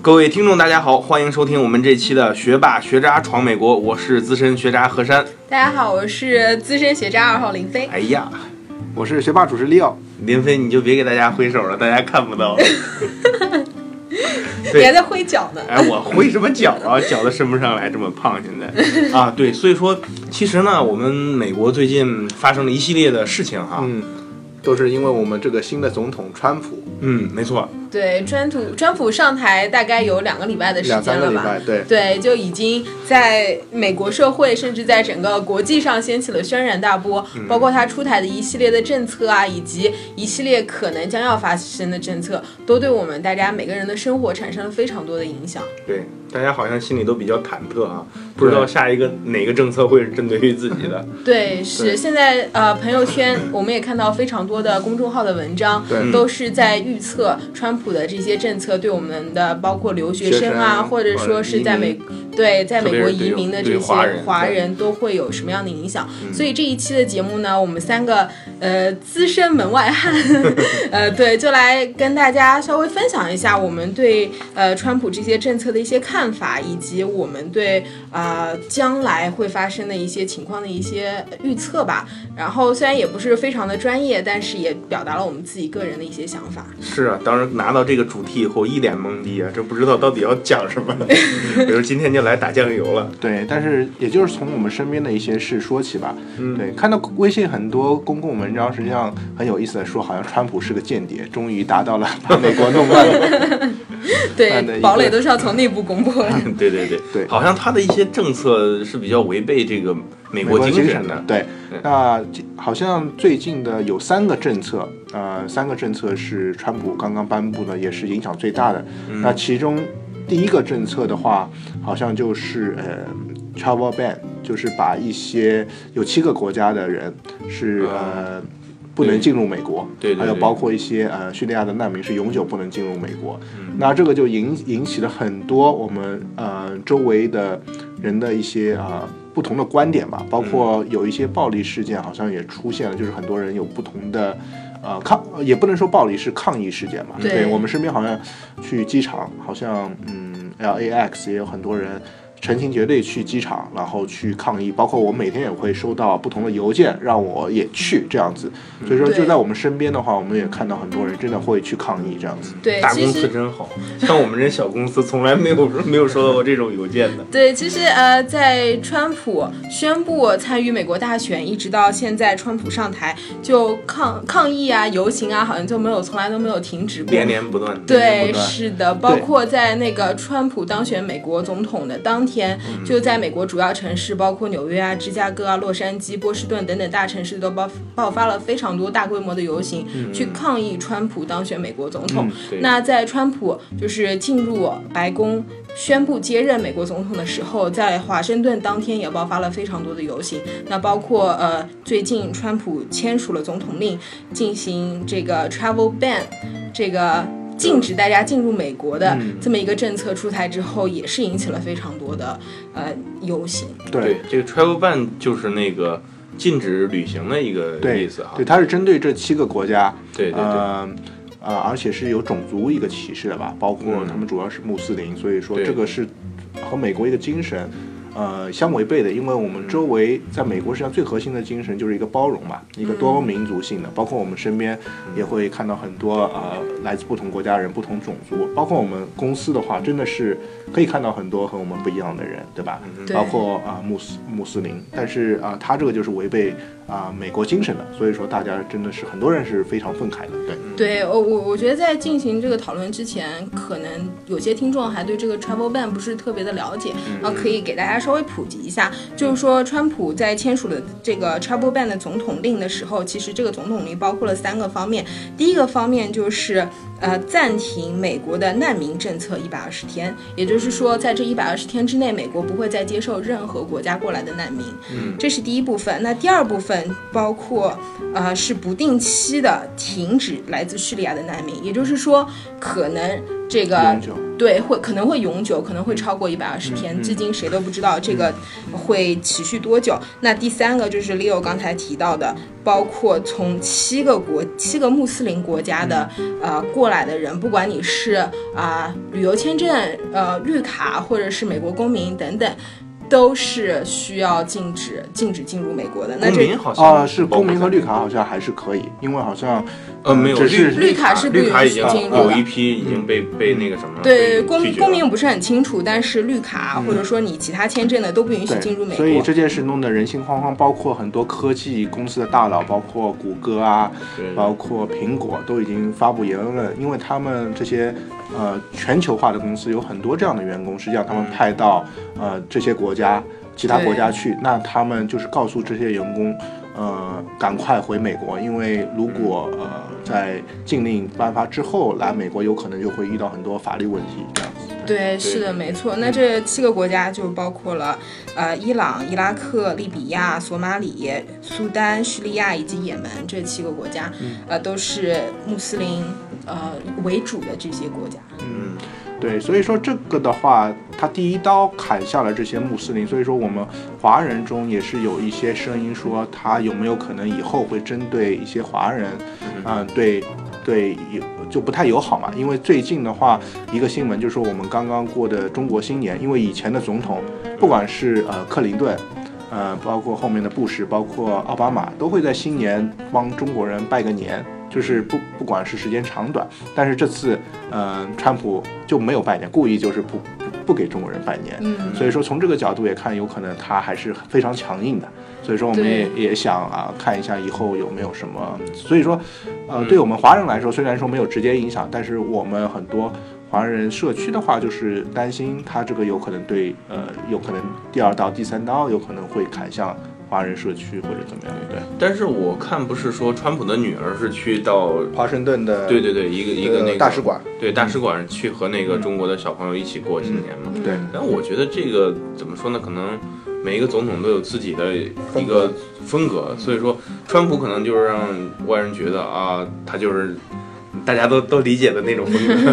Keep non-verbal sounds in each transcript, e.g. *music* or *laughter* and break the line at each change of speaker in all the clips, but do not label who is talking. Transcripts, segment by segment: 各位听众，大家好，欢迎收听我们这期的《学霸学渣闯美国》，我是资深学渣何山。
大家好，我是资深学渣二号林飞。
哎呀，
我是学霸主持利
*laughs*
奥，
林飞，你就别给大家挥手了，大家看不 *laughs* 到。
你还在挥脚呢？
哎，我挥什么脚啊？脚都伸不上来，这么胖现在啊！对，所以说，其实呢，我们美国最近发生了一系列的事情
啊
哈。
嗯，都是因为我们这个新的总统川普
嗯，没错，
对，川普川普上台大概有两个礼拜的时
两
间
三个
了
礼
吧
拜，？对，
对，就已经在美国社会，甚至在整个国际上掀起了轩然大波，
嗯
包括他出台的一系列的政策啊，以及一系列可能将要发生的政策，都对我们大家每个人的生活产生了非常多的影响。
对，大家好像心里都比较忐忑啊，不知道下一个哪个政策会是针对于自己的。
对，是
对
现在呃，朋友圈我们也看到非常多的公众号的文章，
对
都是在预测川普的这些政策对我们的包括留学
学
生
生
啊，
啊
或者说是在美
移
对在
特
美
别
国
是对
移民的这
对
些
华人
华
对
人都会有什么样的影响？
嗯
所以这一期的节目呢，我们三个呃资深门外
*laughs*
汉，呃对，就来跟大家稍微分享一下我们对呃川普这些政策的一些看法，以及我们对啊、将来会发生的一些情况的一些预测吧。然后虽然也不是非常的专业，但是也表达了我们自己个人的一些想法。
是啊，当时拿到这个主题以后一脸懵逼啊，这不知道到底要讲什么。 *laughs* 比如今天就来打酱油了，
对，但是也就是从我们身边的一些事说起吧。嗯，对，看到微信很多公共文章，实际上很有意思的说，好像川普是个间谍，终于达到了 *laughs* 把美国弄乱了。
*laughs*
那
对，
得
堡垒都是要从内部攻破的。
对对对
对
好像他的一些政策是比较违背这个美
美国
精
神
的。
对
对，
那好像最近的有三个政策，呃，三个政策是川普刚刚颁布的，也是影响最大的。
嗯
那其中第一个政策的话，好像就是呃，travel ban，就是把一些有七个国家的人是
啊
呃。不能进入美国，
对对对
还有包括一些呃叙利亚的难民是永久不能进入美国，
嗯
那这个就引引起了很多我们呃周围的人的一些啊、呃不同的观点吧，
嗯
包括有一些暴力事件好像也出现了，就是很多人有不同的呃抗，也不能说暴力是抗议事件嘛，
对
我们身边好像去机场，好像嗯 LAX 也有很多人。成群结队去机场，然后去抗议，包括我每天也会收到不同的邮件，让我也去这样子。所以说，
对
就在我们身边的话，我们也看到很多人真的会去抗议这样子。
对，
大
其
公
实
司真好，像我们这小公司从来 *laughs* 没有没有收到过这种邮件的。
对，其实呃，在川普宣布参与美国大选，一直到现在，川普上台就抗抗议啊、游行啊，好像就没有从来都没有停止过。
连连不断，
对，
不断
是的，包括在那个川普当选美国总统的当
嗯
天，就在美国主要城市，包括纽约啊、芝加哥啊、洛杉矶、波士顿等等大城市，都爆爆发了非常多大规模的游行，
嗯
去抗议川普当选美国总统。
对
那在川普就是进入白宫。宣布接任美国总统的时候，在华盛顿当天也爆发了非常多的游行。那包括呃，最近川普签署了总统令，进行这个 travel ban，这个禁止大家进入美国的这么一个政策出台之后，也是引起了非常多的呃游行。
对
对，这个 travel ban 就是那个禁止旅行的一个
对
意思哈。
对，它是针对这七个国家，
对对对，
呃呃，而且是有种族一个歧视的吧，包括
嗯
他们主要是穆斯林，所以说
对
这个是和美国一个精神。呃，相违背的，因为我们周围在美国实际上最核心的精神就是一个包容嘛，一个
嗯
多民族性的，包括我们身边也会看到很多呃来自不同国家的人、不同种族，包括我们公司的话，真的是可以看到很多和我们不一样的人，对吧？
对
包括啊、穆斯穆斯林，但是啊、他这个就是违背啊、美国精神的，所以说大家真的是很多人是非常愤慨的，对，
对，我我我觉得在进行这个讨论之前，可能有些听众还对这个 travel ban 不是特别的了解，然后呃可以给大家稍微普及一下。就是说，川普在签署了这个 travel ban 的总统令的时候，其实这个总统令包括了三个方面。第一个方面就是呃暂停美国的难民政策一百二十天，也就是说，在这一百二十天之内，美国不会再接受任何国家过来的难民。嗯，这是第一部分。那第二部分包括呃是不定期的停止来自叙利亚的难民，也就是说，可能这个
永久
对，会可能会永久，可能
嗯
会超过一百二十天，至今谁都不知道这个会持续多久。那第三个就是 Leo 刚才提到的，包括从七个国、七个穆斯林国家的
嗯
呃过来的人，不管你是啊、旅游签证、呃绿卡，或者是美国公民等等。都是需要禁止禁止进入美国的。那
公
这
民好像
啊，是公民和绿卡好像还是可以，因为好像
呃没有，
只是
绿
绿卡是不
绿卡嗯
允
已
许
经
进入
有
的
一批已经被被那个什么了被
对公
拒绝了嗯
公民我不是很清楚，但是绿卡或者说你其他签证的都不允许进入
对，
美
所以
国。
这件事弄得人心惶惶，包括很多科技公司的大佬，包括谷歌啊，
对
包括苹果都已经发布言论了，因为他们这些呃全球化的公司有很多这样的员工，实际上他们派到、呃这些国家、其他国家去，那他们就是告诉这些员工。呃，赶快回美国，因为如果呃在禁令颁发之后来美国，有可能就会遇到很多法律问题这样子。
对，是的，没错。那这七个国家就包括了呃伊朗、伊拉克、利比亚、索马里、苏丹、叙利亚以及也门这七个国家，呃，都是穆斯林呃为主的这些国家。
嗯
对，所以说这个的话，他第一刀砍下了这些穆斯林，所以说我们华人中也是有一些声音说，他有没有可能以后会针对一些华人，嗯、对。对，有就不太友好嘛，因为最近的话，一个新闻就是说我们刚刚过的中国新年，因为以前的总统，不管是呃克林顿，呃，包括后面的布什，包括奥巴马，都会在新年帮中国人拜个年，就是不不管是时间长短，但是这次，嗯、川普就没有拜年，故意就是不不不给中国人拜年，
嗯，
所以说从这个角度也看，有可能他还是非常强硬的。所以说我们也也想啊，看一下以后有没有什么。所以说，呃，对我们华人来说，虽然说没有直接影响，但是我们很多华人社区的话，就是担心他这个有可能对呃，有可能第二刀、第三刀有可能会砍向华人社区或者怎么样。对，
但是我看不是说川普的女儿是去到
华盛顿的
对对对一个一个那个
呃大使馆，
对大使馆去和那个中国的小朋友一起过新年嘛。
嗯
对
但我觉得这个怎么说呢？可能每一个总统都有自己的一
风
个
格
风格，所以说川普可能就是让外人觉得啊，他就是大家都都理解的那种风
*laughs*
格。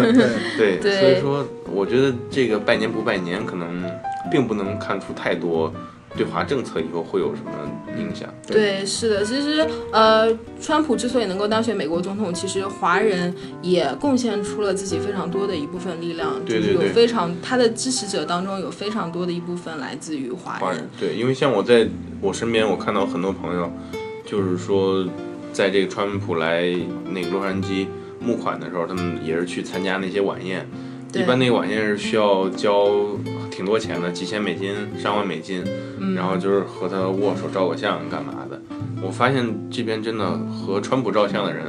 对，
对
所以说我觉得这个拜年不拜年，可能并不能看出太多对华政策以后会有什么影响。
对，是的，其实呃，川普之所以能够当选美国总统，其实华人也贡献出了自己非常多的一部分力量，
对
就是
对对
有非常他的支持者当中有非常多的一部分来自于华
华
人
人。对，因为像我在我身边，我看到很多朋友，就是说，在这个川普来那个洛杉矶募款的时候，他们也是去参加那些晚宴。一
对
般那个晚宴是需要交挺多钱的，几千美金、上万美金，然后就是和他握手照个相干嘛的。我发现这边真的和川普照相的人，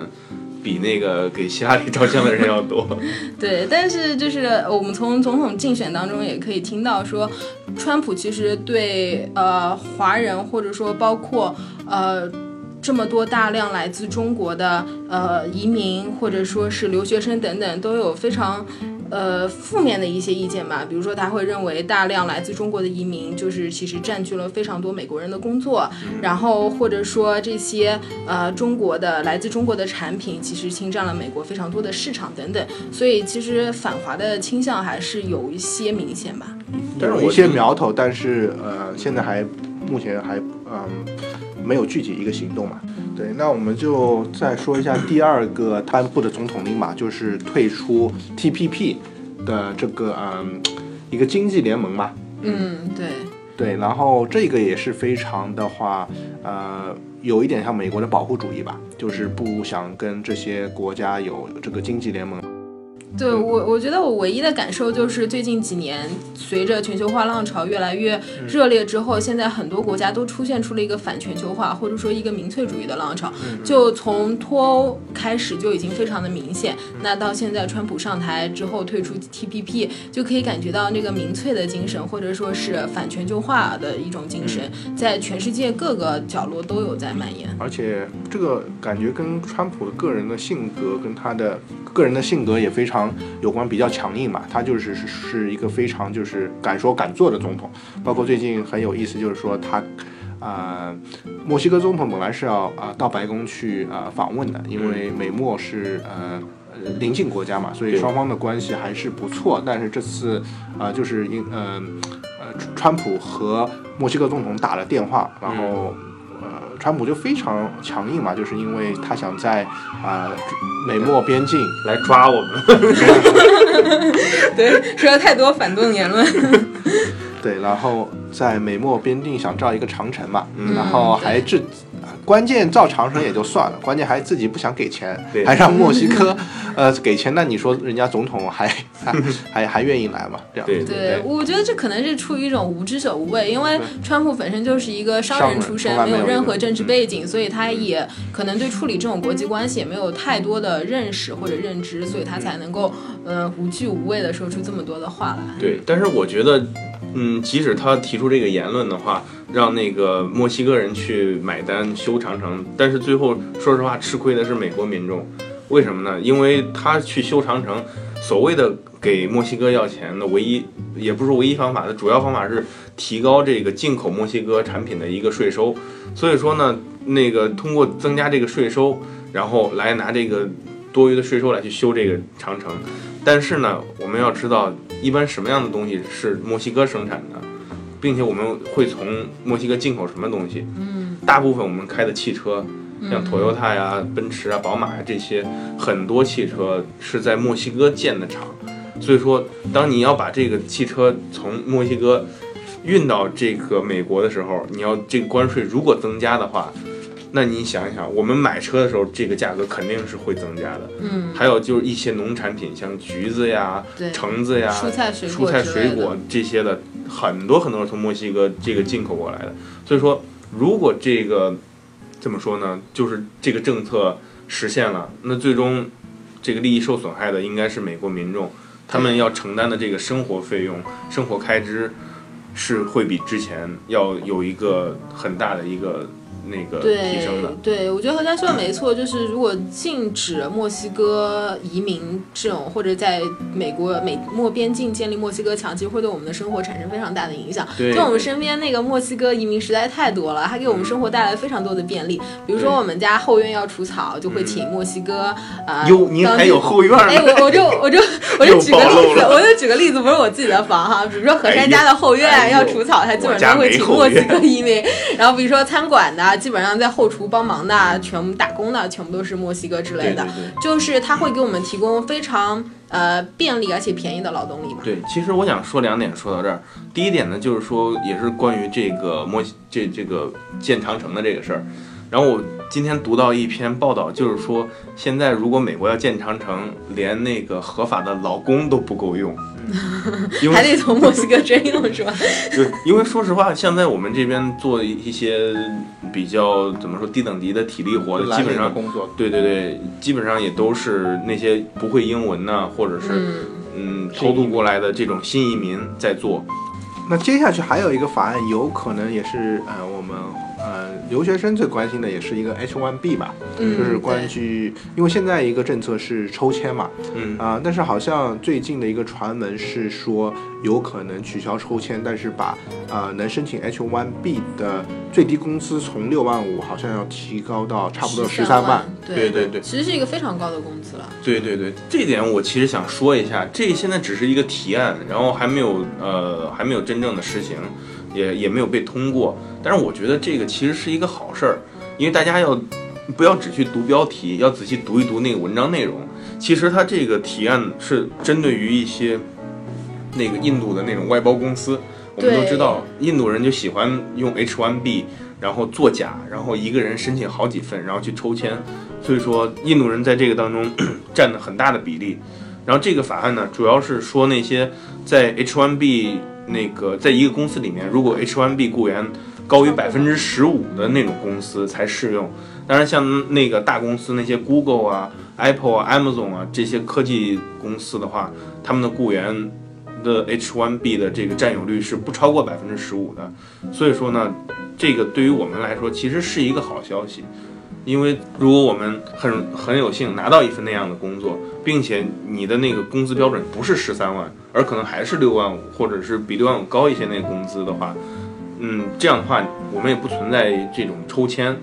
比那个给希拉里 *laughs* 照相的人要多。
对，但是就是我们从总统竞选当中也可以听到说，川普其实对呃华人或者说包括呃。这么多大量来自中国的呃移民或者说是留学生等等，都有非常呃负面的一些意见吧。比如说，他会认为大量来自中国的移民就是其实占据了非常多美国人的工作，然后或者说这些呃中国的来自中国的产品其实侵占了美国非常多的市场等等。所以其实反华的倾向还是有一些明显吧。
但是
有
我
一些
觉得
苗头，但是呃，现在还目前还嗯没有具体一个行动嘛。对，那我们就再说一下第二个颁布的总统令嘛，就是退出 TPP 的这个嗯一个经济联盟嘛。
嗯，对，
对，然后这个也是非常的话，呃，有一点像美国的保护主义吧，就是不想跟这些国家有这个经济联盟。
对我我觉得我唯一的感受就是最近几年随着全球化浪潮越来越热烈之后，现在很多国家都出现出了一个反全球化或者说一个民粹主义的浪潮，就从脱欧开始就已经非常的明显。那到现在川普上台之后退出 TPP，就可以感觉到那个民粹的精神或者说是反全球化的一种精神，在全世界各个角落都有在蔓延。
而且这个感觉跟川普个人的性格跟他的个人的性格也非常有关，比较强硬嘛。他就是是是一个非常就是敢说敢做的总统。包括最近很有意思，就是说他，啊、墨西哥总统本来是要啊、到白宫去啊、访问的，因为美墨是呃。呃
邻近国家嘛，所以
对
双方的关系还是不错。但是这次啊、呃就是因呃呃，川普和墨西哥总统打了电话，然
嗯
后。呃，川普就非常强硬嘛，就是因为他想在啊、美墨边境
来抓我们。
*laughs* 对，说了太多反动言论。
对，然后在美墨边境想造一个长城嘛，
嗯
然后还自，关键造长城也就算了，关键还自己不想给钱
对，
还让墨西哥，呃，给钱，那你说人家总统还 *laughs* 还还还愿意来嘛？这样
对
对
对，我觉得这可能是出于一种无知者无畏，因为川普本身就是一个商人出身
商，人从来
没有
没有
任
一
何
个
政治背景，所以他也可能对处理这种国际关系也没有太多的认识或者认知，所以他才能够呃无惧无畏的说出这么多的话来。
对，但是我觉得，嗯，即使他提出这个言论的话，让那个墨西哥人去买单修长城，但是最后说实话，吃亏的是美国民众。为什么呢？因为他去修长城，所谓的给墨西哥要钱的唯一，也不是唯一方法的主要方法是提高这个进口墨西哥产品的一个税收。所以说呢，那个通过增加这个税收，然后来拿这个多余的税收来去修这个长城。但是呢，我们要知道，一般什么样的东西是墨西哥生产的，并且我们会从墨西哥进口什么东西？
嗯，
大部分我们开的汽车，像 Toyota 呀、奔驰啊、宝马呀这些，很多汽车是在墨西哥建的厂。所以说，当你要把这个汽车从墨西哥运到这个美国的时候，你要这个关税如果增加的话，那你想一想，我们买车的时候，这个价格肯定是会增加的。
嗯，
还有就是一些农产品，像橘子呀、
对，
橙子呀、
蔬菜水
啊蔬
果
菜
之类
水
的
果这些的，很多很多是从墨西哥这个进口过来的。所以说，如果这个怎么说呢，就是这个政策实现了，那最终这个利益受损害的应该是美国民众，他们要承担的这个生活费用、生活开支是会比之前要有一个很大的一个那个提升的。
对，我觉得何佳说的没错，就是如果禁止墨西哥移民这种，或者在美国美墨边境建立墨西哥墙，其实会对我们的生活产生非常大的影响。
对
就我们身边那个墨西哥移民实在太多了，他给我们生活带来非常多的便利。比如说
对
我们家后院要除草，就会请墨西哥啊，呃
哟，您
当
还
地
有后院
哎，
呢？
我我就我
*laughs*
就我就
又
举个
暴
例
露
子，
了
我就举个例子，不是我自己的房哈，比如说何
哎
山
呦
家的后
哎
院
呦
要除草，他基本上都会请墨西哥移民。 *laughs* 然后比如说餐馆的，基本上在后厨帮忙的，全部打工的，全部都是墨西哥之类
对对
的，
对。
就是他会给我们提供非常呃便利而且便宜的劳动力嘛。
对，其实我想说两点，说到这儿，第一点呢，就是说也是关于这个墨西这这个建长城的这个事儿。然后我今天读到一篇报道，就是说现在如果美国要建长城，连那个合法的劳工都不够用，因
还
为
得从墨西哥征用是吧？
对，因为说实话，像在我们这边做一些比较怎么说低等级的体力活的，基
蓝领
本
的
上
工作
对对对，基本上也都是那些不会英文呐，或者是
嗯，
嗯偷渡过来的这种新移民在做。
那接下去还有一个法案，有可能也是呃我们呃留学生最关心的，也是一个 H1B 吧，
嗯
就是关于，因为现在一个政策是抽签嘛，
嗯
啊、但是好像最近的一个传闻是说有可能取消抽签，但是把呃能申请 H1B 的最低工资从六万五好像要提高到差不多十三万，，
对对对。
其实是一个非常高的工资了。
对对对，这点我其实想说一下，这现在只是一个提案，然后还没有呃还没有真正的实行，也也没有被通过。但是我觉得这个其实是一个好事儿，因为大家要不要只去读标题，要仔细读一读那个文章内容。其实它这个提案是针对于一些那个印度的那种外包公司，我们都
对
知道印度人就喜欢用 H1B，然后作假，然后一个人申请好几份，然后去抽签。所以说，印度人在这个当中 *clears throat* 占了很大的比例。然后这个法案呢，主要是说那些在 H1B 那个在一个公司里面，如果 H1B 雇员高于
超过
百分之十五的那种公司才适用。当然，像那个大公司，那些 Google 啊、Apple 啊、Amazon 啊这些科技公司的话，他们的雇员的 H1B 的这个占有率是不超过百分之十五的。所以说呢，这个对于我们来说其实是一个好消息，因为如果我们很很有幸拿到一份那样的工作，并且你的那个工资标准不是十三万，而可能还是六万五，或者是比六万五高一些那个工资的话，嗯，这样的话我们也不存在这种抽签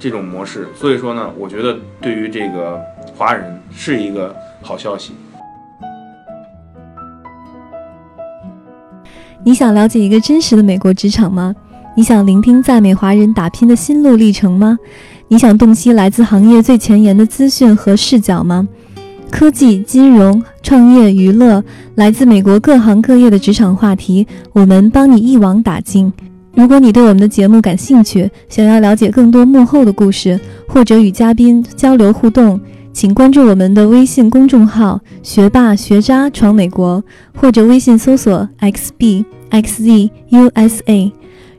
这种模式。所以说呢，我觉得对于这个华人是一个好消息。
你想了解一个真实的美国职场吗？你想聆听在美华人打拼的心路历程吗？你想洞悉来自行业最前沿的资讯和视角吗？科技、金融、创业、娱乐，来自美国各行各业的职场话题，我们帮你一网打尽。如果你对我们的节目感兴趣，想要了解更多幕后的故事，或者与嘉宾交流互动，请关注我们的微信公众号“学霸学渣闯美国”，或者微信搜索 “xb xz usa”。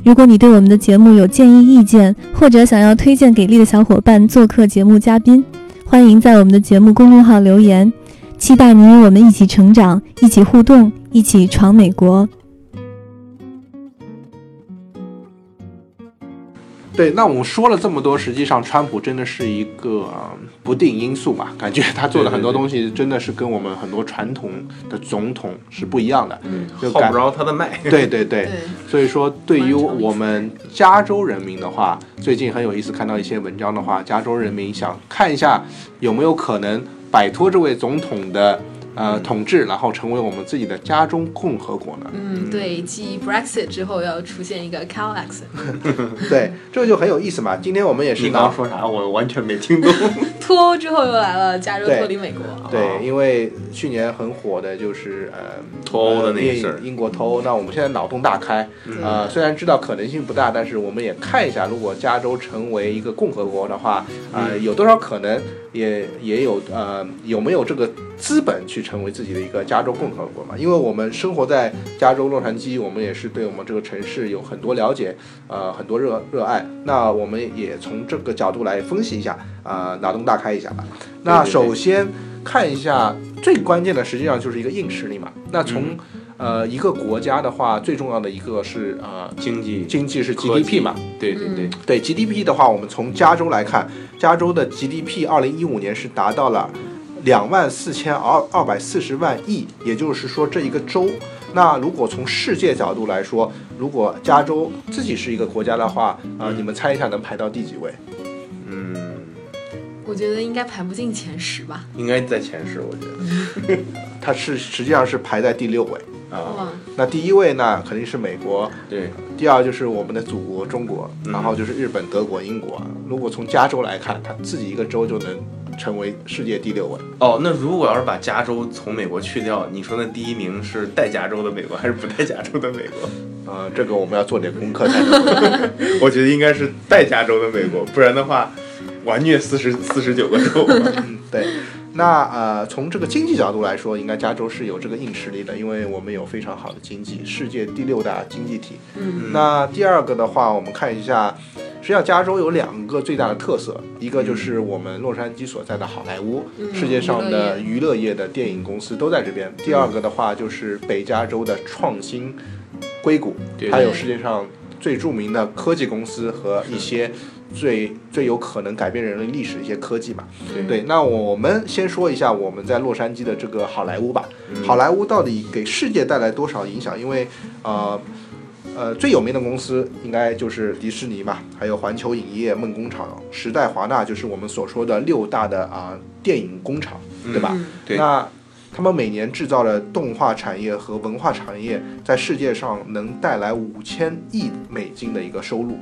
如果你对我们的节目有建议意见，或者想要推荐给力的小伙伴做客节目嘉宾，欢迎在我们的节目公众号留言。期待你与我们一起成长，一起互动，一起闯美国。
对，那我们说了这么多，实际上川普真的是一个、呃不定因素吧？感觉他做的很多
对对
东西真的是跟我们很多传统的总统是不一样的。
嗯，
就
耗
感
不着他的脉。
对对对，
对，
所以说对于我们加州人民的话，最近很有意思，看到一些文章的话，加州人民想看一下有没有可能摆脱这位总统的呃
嗯
统治，然后成为我们自己的加州共和国呢？
嗯，对，继 Brexit 之后要出现一个 Cal accent，
对，这就很有意思嘛。今天我们也是
*laughs* 你刚
拿
刚说啥？我完全没 *laughs* 听懂。
*laughs* 脱欧之后又来了加州
对
脱离美国。
哦
对，因为去年很火的就是呃
脱欧的那一
英
事儿嗯
英国脱欧。那我们现在脑洞大开，
对
呃，虽然知道可能性不大，但是我们也看一下，如果加州成为一个共和国的话，
嗯
呃，有多少可能，也也有呃有没有这个资本去成为自己的一个加州共和国嘛？因为我们生活在加州洛杉矶，我们也是对我们这个城市有很多了解，呃，很多热热爱。那我们也从这个角度来分析一下，呃，脑洞大开一下吧。那
对对对
首先看一下最关键的，实际上就是一个硬实力嘛。那从、
嗯
呃一个国家的话，最重要的一个是呃
经济，
经济是
科技
GDP 嘛。
对对对，
对 GDP 的话，我们从加州来看，加州的 GDP 二零一五年是达到了两万四千二二百四十万亿，也就是说这一个州。那如果从世界角度来说，如果加州自己是一个国家的话，呃，
嗯
你们猜一下能排到第几位？
嗯，
我觉得应该排不进前十吧。
应该在前十，我觉得。
它是实际上是排在第六位。
啊，
哇，
那第一位呢，肯定是美国，
对，
第二就是我们的祖国中国，
嗯
然后就是日本、德国、英国。如果从加州来看，它自己一个州就能成为世界第六位。
哦，那如果要是把加州从美国去掉，你说那第一名是带加州的美国还是不带加州的美 *laughs* 国？
呃，这个我们要做点功课才能。
我觉得应该是带加州的美国，不然的话，完虐四十四十九个 *laughs* 州。
对，那呃，从这个经济角度来说，应该加州是有这个硬实力的，因为我们有非常好的经济，世界第六大经济体。
嗯，
那第二个的话，我们看一下，实际上加州有两个最大的特色，一个就是我们洛杉矶所在的好莱坞，
嗯
世界上的
娱
娱乐业的电影公司都在这边。第二个的话，就是北加州的创新硅谷，
对
还有
对
世界上最著名的科技公司和一些最最有可能改变人类历史的一些科技嘛。
嗯
对，那我们先说一下我们在洛杉矶的这个好莱坞吧。
嗯
嗯
好莱坞到底给世界带来多少影响？因为，呃，呃，最有名的公司应该就是迪士尼嘛，还有环球影业、梦工厂、时代华纳，就是我们所说的六大的啊、电影工厂，对吧？
嗯
对
那他们每年制造的动画产业和文化产业，在世界上能带来五千亿美金的一个收入。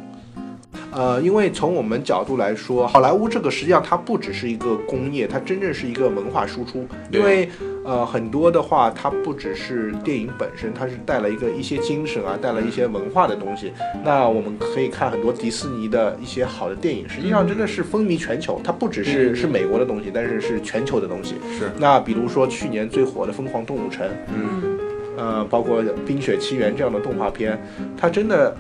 呃，因为从我们角度来说，好莱坞这个实际上它不只是一个工业，它真正是一个文化输出。
对
因为呃，很多的话，它不只是电影本身，它是带了一个一些精神啊，带了一些文化的东西。那我们可以看很多迪士尼的一些好的电影，实际上真的是风靡全球，它不只
嗯
是是美国的东西，但是是全球的东西。
是，
那比如说去年最火的《疯狂动物城》，
嗯，
呃，包括《冰雪奇缘》这样的动画片，它真的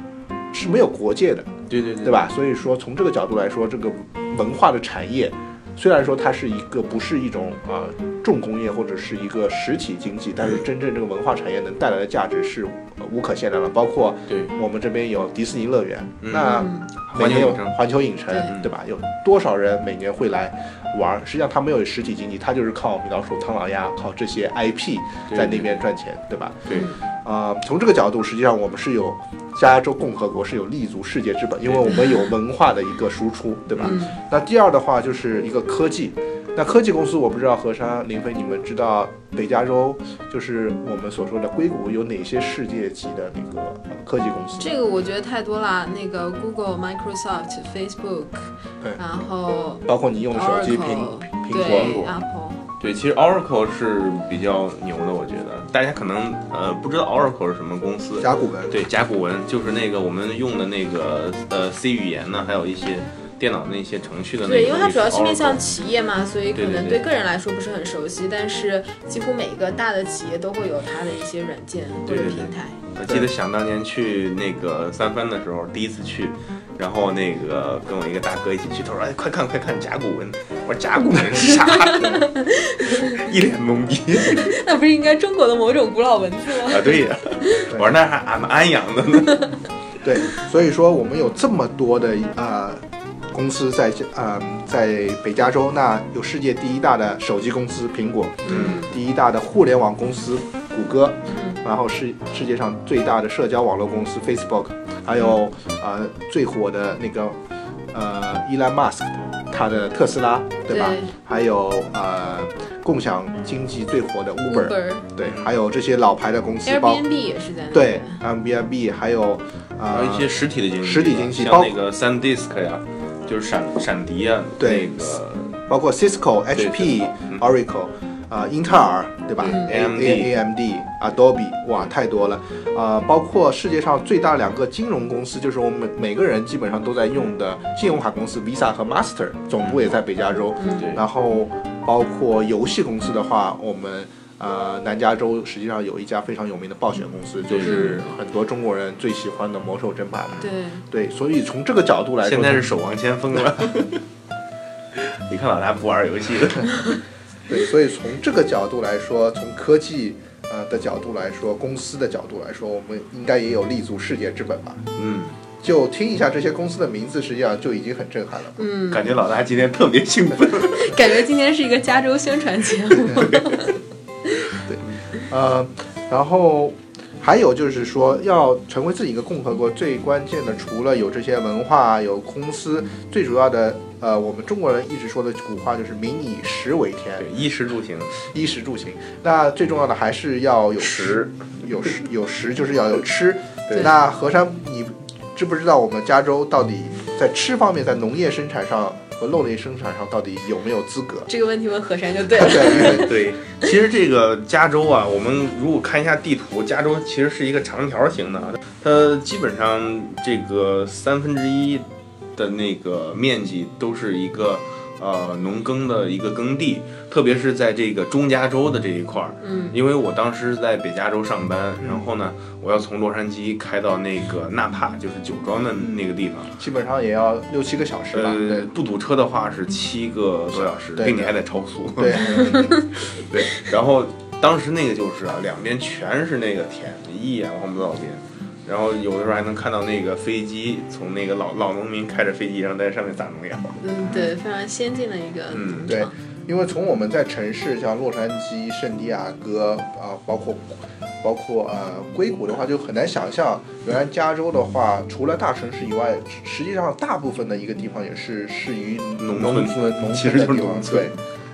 是没有国界的，
对对对
对？吧？所以说从这个角度来说，这个文化的产业，虽然说它是一个不是一种呃重工业或者是一个实体经济，但是真正这个文化产业能带来的价值是呃无可限量的。包括
对，
我们这边有迪士尼乐园，
嗯
那
嗯
每
环球
年
影
有
城，
环球影城，
对
对吧？有多少人每年会来玩儿？实际上它没有实体经济，它就是靠米老鼠、唐老鸭，靠这些 IP
对
在那边赚钱，对吧？
对
啊、从这个角度，实际上我们是有加州共和国是有立足世界啊之本，因为我们有文化的一个输出，对吧？
嗯
那第二的话就是一个科技，那科技公司我不知道，何莎、林飞，你们知道北加州就是我们所说的硅谷有哪些世界级的那个呃科技公司？
这个我觉得太多了，那个 Google、Microsoft、Facebook，
对
然后
包括你用手机
Oracle，
苹苹果，
苹
对啊
果
Apple，
对，其实 Oracle 是比较牛的，我觉得大家可能呃不知道 Oracle 是什么公司。
甲骨文，
对，甲骨文就是那个我们用的那个呃 C 语言呢，还有一些电脑那些程序的那个。
对，因为它主要是
也
面向
Oracle
企业嘛，所以可
对对
能对
对
个人来说不是很熟悉，但是几乎每一个大的企业都会有它的一些软件或
对
者
对对
平台。 *laughs*
我记得想当年去那个三藩的时候，第一次去，然后那个跟我一个大哥一起去，他说：“哎，快看快看甲骨文！”我说：“甲骨文是
*laughs*
啥？”一脸懵逼
那不是应该中国的某种古老文字吗？
啊！对呀，我说那还俺们安阳的呢。
对，所以说我们有这么多的呃公司在呃在北加州，那有世界第一大的手机公司苹果，
嗯，
第一大的互联网公司谷歌，
嗯
然后是世界上最大的社交网络公司 Facebook，还有呃最火的那个呃 Elon Musk，他的特斯拉，对吧？
对
还有呃共享经济最火的 Uber，
，Uber、
对，还有这些老牌的公司，包
Airbnb 也是在那
对
边
m b i b 还有
还
呃
有一些实体的经济吧，
实体经济
像
包
那个 SanDisk 呀，就是闪闪迪呀，
对
那个
包括 Cisco、
对
HP
嗯、
Oracle，啊，英特尔，对吧
嗯
A- A-
？AMD
？AMD、Adobe，哇，太多了。啊，包括世界上最大两个金融公司，就是我们每个人基本上都在用的信用卡公司 Visa 和 Master，总部也在北加州。
嗯
对，
然后包括游戏公司的话，我们。呃，南加州实际上有一家非常有名的暴雪公司，就是
嗯
很多中国人最喜欢的《魔兽争霸》。
对，
对，所以从这个角度来说，
现在是守望先锋了。 *laughs* 你看老大不玩游戏了，
对，所以从这个角度来说，从科技呃的角度来说，公司的角度来说，我们应该也有立足世界之本吧。
嗯，
就听一下这些公司的名字，实际上就已经很震撼了。
嗯，
感觉老大今天特别兴奋。
感觉今天是一个加州宣传节目。 *laughs*
呃，然后还有就是说，要成为自己一个共和国，最关键的除了有这些文化、有公司，最主要的呃，我们中国人一直说的古话就是“民以食为天
对，衣食住行，”，
衣食住行。那最重要的还是要有
食
有食有食就是要有吃。
对？
那何山，你知不知道我们加州到底在吃方面，在农业生产上和肉类生产上到底有没有资
*laughs*
格
这个问题问何山就对了。
*laughs* 对，
对，其实这个加州啊，我们如果看一下地图，加州其实是一个长条形的，啊，它基本上这个三分之一的那个面积都是一个呃农耕的一个耕地，特别是在这个中加州的这一块儿。
嗯，
因为我当时在北加州上班，然后呢，我要从洛杉矶开到那个纳帕，就是酒庄的那个地方。
基本上也要六七个小时吧。
呃，不堵车的话是七个多小时，
对
并且还得超
*laughs*
速。
对对，
对，然后当时那个就是啊，两边全是那个田，一眼望不到边。然后有的时候还能看到那个飞机从那个老老农民开着飞机，然后在上面撒农药。
嗯，对，非常先进的一个
嗯
农
对
场。
因为从我们在城市，像洛杉矶、圣地亚哥啊、包括包括呃硅谷的话，就很难想象，原来加州的话，除了大城市以外，实际上大部分的一个地方也是适于
农
农
村
村、农
其
村
实
的
就是
地方
农。村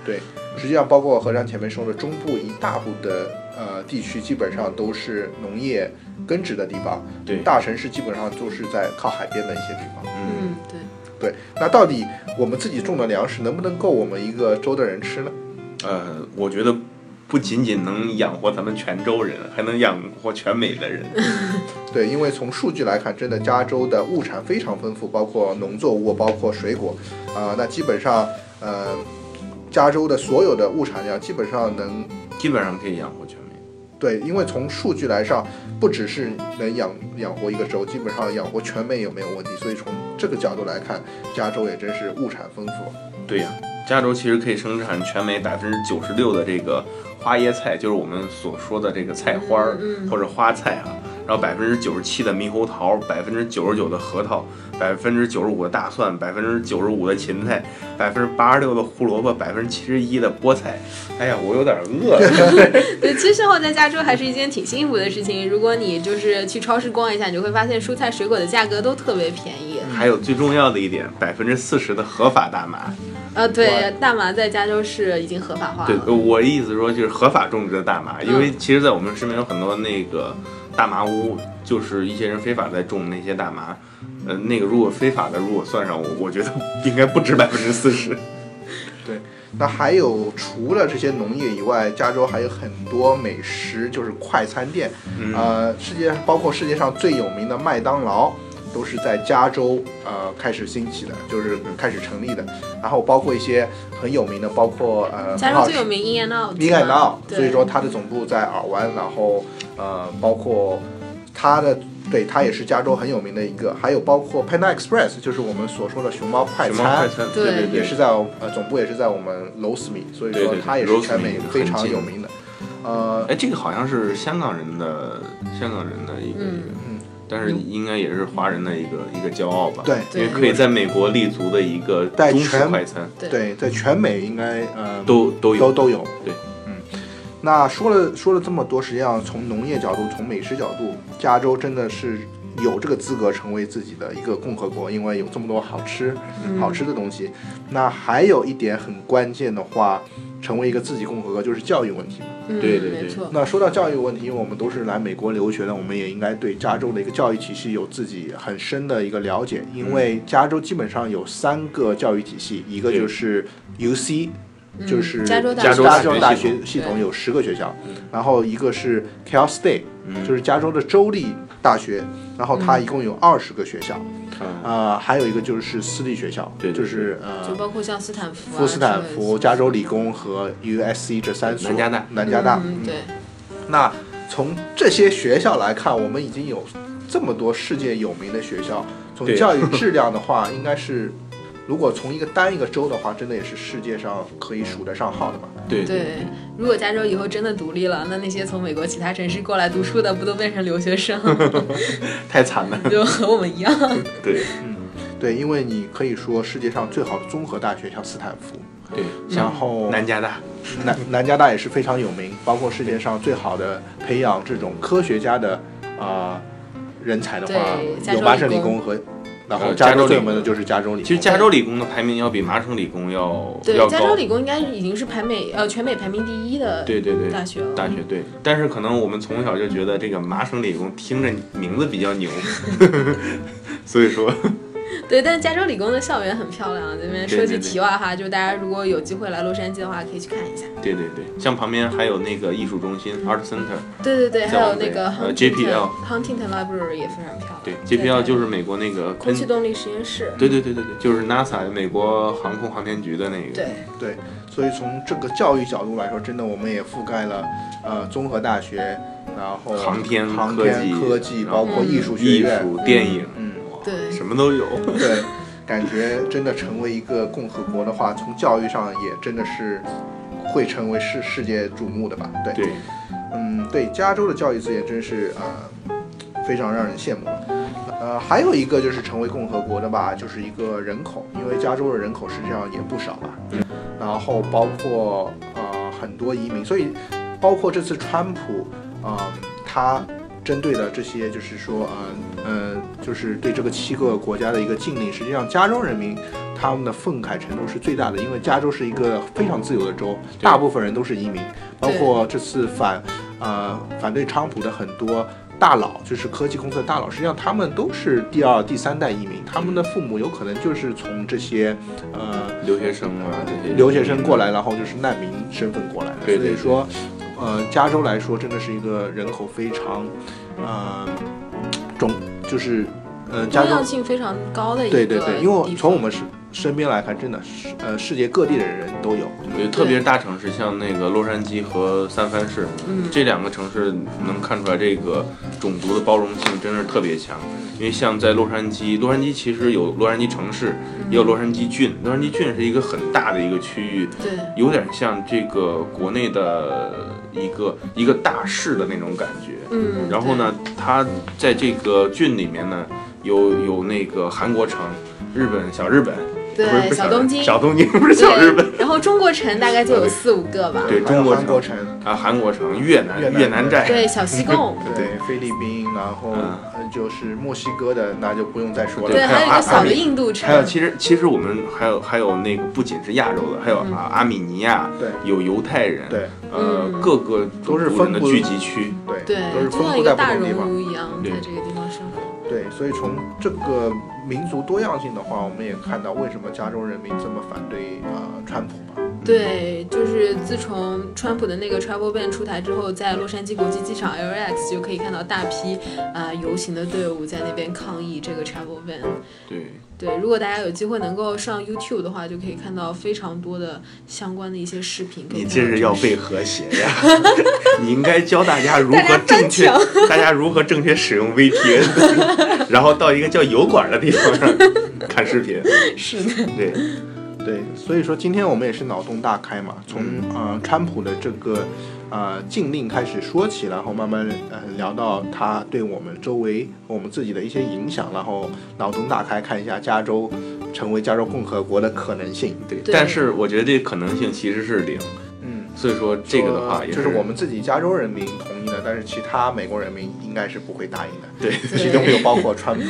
对对，实际上包括和尚前面说的，中部一大部的呃地区基本上都是农业耕植的地方，
对
大城市基本上都是在靠海边的一些地方。
嗯，
嗯，对，
对，那到底我们自己种的粮食能不能够我们一个州的人吃呢？
呃，我觉得不仅仅能养活咱们泉州人，还能养活全美的人。
对，因为从数据来看，真的加州的物产非常丰富，包括农作物，包括水果，啊、那基本上，呃，加州的所有的物产量基本上能，
基本上可以养活全美。
对，因为从数据来上，不只是能养养活一个州，基本上养活全美也没有问题。所以从这个角度来看，加州也真是物产丰富。
对呀、加州其实可以生产全美百分之九十六的这个花椰菜，就是我们所说的这个菜花儿
嗯嗯
或者花菜啊。然后百分之九十七的猕猴桃，百分之九十九的核桃，百分之九十五的大蒜，百分之九十五的芹菜，百分之八十六的胡萝卜，百分之七十一的菠菜。哎呀，我有点饿了。
对，其实生活在加州还是一件挺幸福的事情。如果你就是去超市逛一下，你就会发现蔬菜水果的价格都特别便宜。
还有最重要的一点，百分之四十的合法大麻。
呃，对，大麻在加州是已经合法化
对，
了。
我的意思说就是合法种植的大麻，因为
啊嗯
其实，在我们身边有很多那个大麻屋，就是一些人非法在种那些大麻。呃，那个如果非法的，如果算上我，我觉得应该不止百分之四十。
那还有除了这些农业以外，加州还有很多美食，就是快餐店。
嗯
呃，世界包括世界上最有名的麦当劳，都是在加州呃开始兴起的，就是开始成立的。然后包括一些很有名的，包括呃
加
很好
州最
吃
有名 In and Out，
米凯道，
对
所以说它的总部在尔湾，然后呃，包括它的对它也是加州很有名的一个，还有包括 Panda Express，就是我们所说的熊猫快
什么 *laughs* 快
餐，
餐？
对
对
也
对
是在我呃总部也是在我们楼斯米，所以
对
说
对对
它也是全美
Rosemead
非
很
常
近
有名的。呃，
哎，这个好像是香港人的香港人的一个，
嗯
嗯
但是应该也是华人的一个一个骄傲吧。，
对
因为
对
可以在美国立足的一个
在
中式
全
快餐
对
对，在全美应该呃
都都有
都都有。
对，
嗯，那说了说了这么多，实际上从农业角度，从美食角度，加州真的是有这个资格成为自己的一个共和国，因为有这么多好吃、
嗯
好吃的东西。那还有一点很关键的话，成为一个自己共和国就是教育问题。
嗯
对对对
没错，
那说到教育问题，因为我们都是来美国留学的，我们也应该对加州的一个教育体系有自己很深的一个了解。因为加州基本上有三个教育体系，一
嗯
个
对
就是 UC，就是
嗯加州大
加
加
州
州
大学
大
系
学
统
系统
对
有十个学校
嗯，
然后一个是 Cal State，
嗯
就是加州的州立大学，然后
嗯
它一共有二十个学校，
啊，
呃，还有一个就是私立学校，
对对
就是
就
呃。
包括像斯坦福啊、
夫斯坦
之类的
福、加州理工和 USC 这三所
南加大
南加大，
嗯，对，
那从这些学校来看，我们已经有这么多世界有名的学校，从
对
教育质量的话， *laughs* 应该是，如果从一个单一个州的话，真的也是世界上可以数得上号的吧。
对
对，如果加州以后真的独立了，那那些从美国其他城市过来读书的，不都变成留学生， *laughs*
太惨了，
就和我们一样？
对
对，因为你可以说世界上最好的综合大学像斯坦福，
对，
然
像
后
南加大，
南南加大也是非常有名，包括世界上最好的培养这种科学家的啊、呃人才的话
对，加
有
州
麻省
理
理
工
工和，然后
呃
加
加州
州最
理
有名的就是加州理工。
其实加州理工的排名要比麻省理工要
对
要，
加州
高，
理工应该已经是排美呃全美排名第一的
对对对，
大学了。
大学对，但是可能我们从小就觉得这个麻省理工听着名字比较牛， *laughs* 所以说
对，但是加州理工的校园很漂亮。啊这边说
对对
句
对
题外话，就大家如果有机会来洛杉矶的话，可以去看一下。
对对对，像旁边还有那个艺术中心 Art Center，
对对对，
再
还有
往北
那个
呃
Huntington
JPL
Huntington Library 也非常漂亮。
对
在
JPL 就是美国那个
空
昆
气动力实验室。
对对对对对，就是 NASA 美国航空航天局的那个，
对，
所以从这个教育角度来说，真的我们也覆盖了呃综合大学，然后
航天
航
科技
天科技，
然
包
后
括艺术学
艺
院，
术、电影，
嗯，
对
什么都有。
对，感觉真的成为一个共和国的话，从教育上也真的是会成为世世界瞩目的吧？对，
对，
嗯，对，加州的教育资源真是呃非常让人羡慕。呃，还有一个就是成为共和国的吧，就是一个人口，因为加州的人口实际上也不少吧。然后包括呃很多移民，所以包括这次川普，嗯、他针对的这些就是说，呃呃，就是对这个七个国家的一个禁令，实际上加州人民他们的愤慨程度是最大的，因为加州是一个非常自由的州，
对
大部分人都是移民，包
对
括这次反呃反对川普的很多。大佬就是科技公司的大佬，实际上他们都是第二、第三代移民，他们的父母有可能就是从这些，呃，
留学生啊这些
留学生过来，然后就是难民身份过来的。
对对
所以说，呃，加州来说真的是一个人口非常，呃，种就是，呃，加
多
州
样性非常高的一个
对对对，因为我
地
从我
方
们身身边来看，真的是呃世界各地的人都有。
对，特别是大城市，像那个洛杉矶和三藩市，
嗯
这两个城市能看出来这个种族的包容性真是特别强。因为像在洛杉矶，洛杉矶其实有洛杉矶城市，
嗯
也有洛杉矶郡。洛杉矶郡是一个很大的一个区域，
对
有点像这个国内的一个一个大市的那种感觉。
嗯，
然后呢，它在这个郡里面呢，有有那个韩国城、日本小日本，
对，
不是
对
不是
小东京，
小东京 *laughs* 不是小日本，
对，然后中国城大概就有四五个吧，
对
还
中
有
国
韩国
城
城，
啊，韩国城、越南
越南
越南寨，
对小西贡，
对菲律宾，然后
嗯
呃就是墨西哥的那就不用再
*laughs*
说
对
对，
了。
还有一
还
个
有
小
阿
的
比
印度
还有，
城，
其实其实我们还有还有那个，不仅是亚洲的，还有
嗯
啊阿米尼亚，
对
有犹太人，，
对
呃，
嗯
各个
都是
种族人的
分布
聚集区，
对
对
都，是
就
分
像一
布
个
在不
大
同
熔
地方。
炉一样，在这个地方生活。
对，所以从这个民族多样性的话，我们也看到为什么加州人民这么反对呃川普吧。
对，就是自从川普的那个 travel ban 出台之后，在洛杉矶国际机场 LAX 就可以看到大批啊、呃游行的队伍在那边抗议这个 travel ban。
对，
对，如果大家有机会能够上 YouTube 的话，就可以看到非常多的相关的一些视频。
你这是要被和谐呀！ *laughs* 你应该教大家如何正确，
大家
大家如何正确使用 VPN，然后到一个叫油管的地方上看视频。
*laughs* 是的，
对，
对，所以说今天我们也是脑洞大开嘛，从呃川普的这个呃禁令开始说起，然后慢慢呃聊到他对我们周围我们自己的一些影响，然后脑洞大开看一下加州成为加州共和国的可能性。
对，
对
但是我觉得这可能性其实是零，
嗯，
所以说这个的话
说
也
就是我们自己加州人民同意的，但是其他美国人民应该是不会答应的， *laughs*
对
其中有包括川普。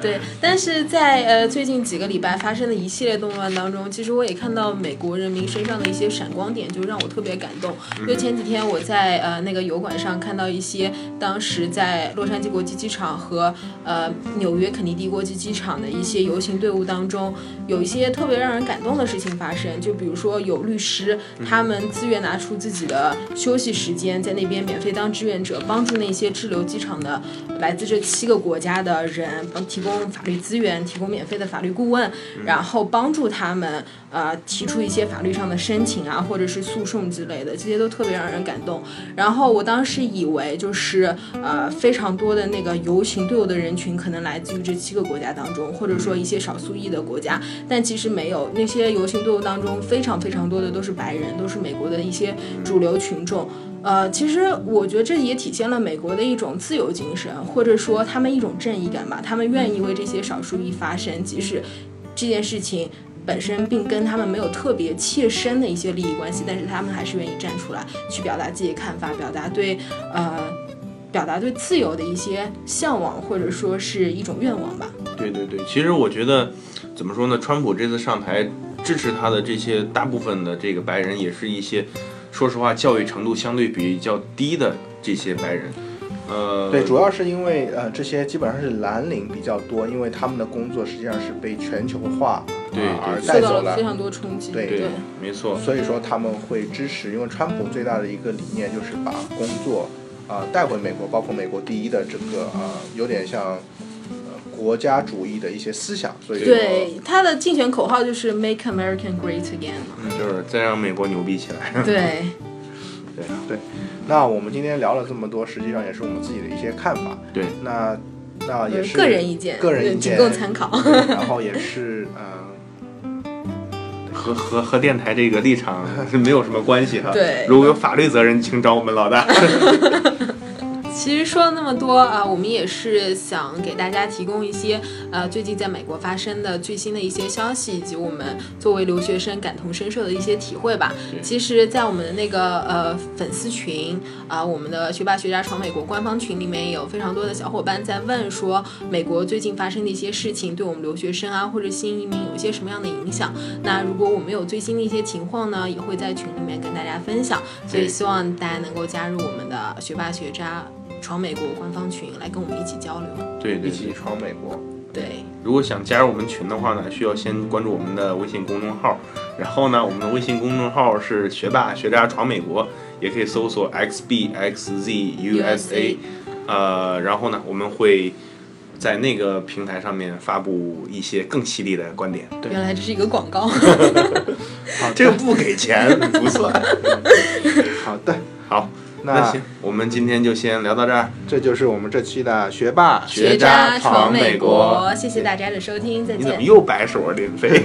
对，但是在呃最近几个礼拜发生的一系列动乱当中，其实我也看到美国人民身上的一些闪光点，就让我特别感动。就前几天我在呃那个油管上看到一些当时在洛杉矶国际机场和呃纽约肯尼迪国际机场的一些游行队伍当中，有一些特别让人感动的事情发生。就比如说有律师，他们自愿拿出自己的休息时间，在那边免费当志愿者，帮助那些滞留机场的来自这七个国家的人，帮提供法律资源，提供免费的法律顾问，然后帮助他们呃提出一些法律上的申请啊，或者是诉讼之类的，这些都特别让人感动。然后我当时以为就是呃非常多的那个游行队伍的人群可能来自于这七个国家当中，或者说一些少数裔的国家，但其实没有，那些游行队伍当中非常非常多的都是白人，都是美国的一些主流群众。呃，其实我觉得这也体现了美国的一种自由精神，或者说他们一种正义感吧。他们愿意为这些少数裔发声，即使这件事情本身并跟他们没有特别切身的一些利益关系，但是他们还是愿意站出来去表达自己的看法，表达对呃表达对自由的一些向往，或者说是一种愿望吧。
对对对，其实我觉得怎么说呢？川普这次上台，支持他的这些大部分的这个白人，也是一些说实话教育程度相对比较低的这些白人。呃，
对，主要是因为呃，这些基本上是蓝领比较多，因为他们的工作实际上是被全球化
对
呃而
对
受
带
到
走
了非常多冲击，
对
对
对，
没错，
所以说他们会支持，因为川普最大的一个理念就是把工作啊、呃带回美国，包括美国第一的这个呃有点像呃国家主义的一些思想，所以说
对，他的竞选口号就是 “Make America Great Again”
*laughs*
嘛。
嗯就是再让美国牛逼起来。
对，
对啊，
那我们今天聊了这么多，实际上也是我们自己的一些看法。
对，
那那啊也
呃
是
个人意见，
个人
对
意
仅
见
供参考。
对然后也是嗯。
和和和电台这个立场是没有什么关系哈。
对
如果有法律责任，请找我们老大。
其实说了那么多啊、呃我们也是想给大家提供一些呃最近在美国发生的最新的一些消息，以及我们作为留学生感同身受的一些体会吧
对。
其实，在我们的那个呃粉丝群啊、我们的学霸学渣闯美国官方群里面，也有非常多的小伙伴在问说，美国最近发生的一些事情对我们留学生啊或者新移民有一些什么样的影响？那如果我们有最新的一些情况呢，也会在群里面跟大家分享。所以
对
希望大家能够加入我们的学霸学渣闯美国官方群，来跟我们一起交流。
对对
一起
对，
闯美国，
对，
如果想加入我们群的话呢，需要先关注我们的微信公众号，然后呢，我们的微信公众号是“学霸学渣闯美国”，也可以搜索 xbxzusa，呃，然后呢，我们会在那个平台上面发布一些更犀利的观点。对，
原来这是一个广 *laughs* 告。
这个不给钱不 *laughs* 算。
好的，
好，那行，我们今天就先聊到这儿。
这就是我们这期的学霸
学渣
闯
闯美
美
国
谢谢大家的收听，再
你怎么
见。
啊又白手儿林飞？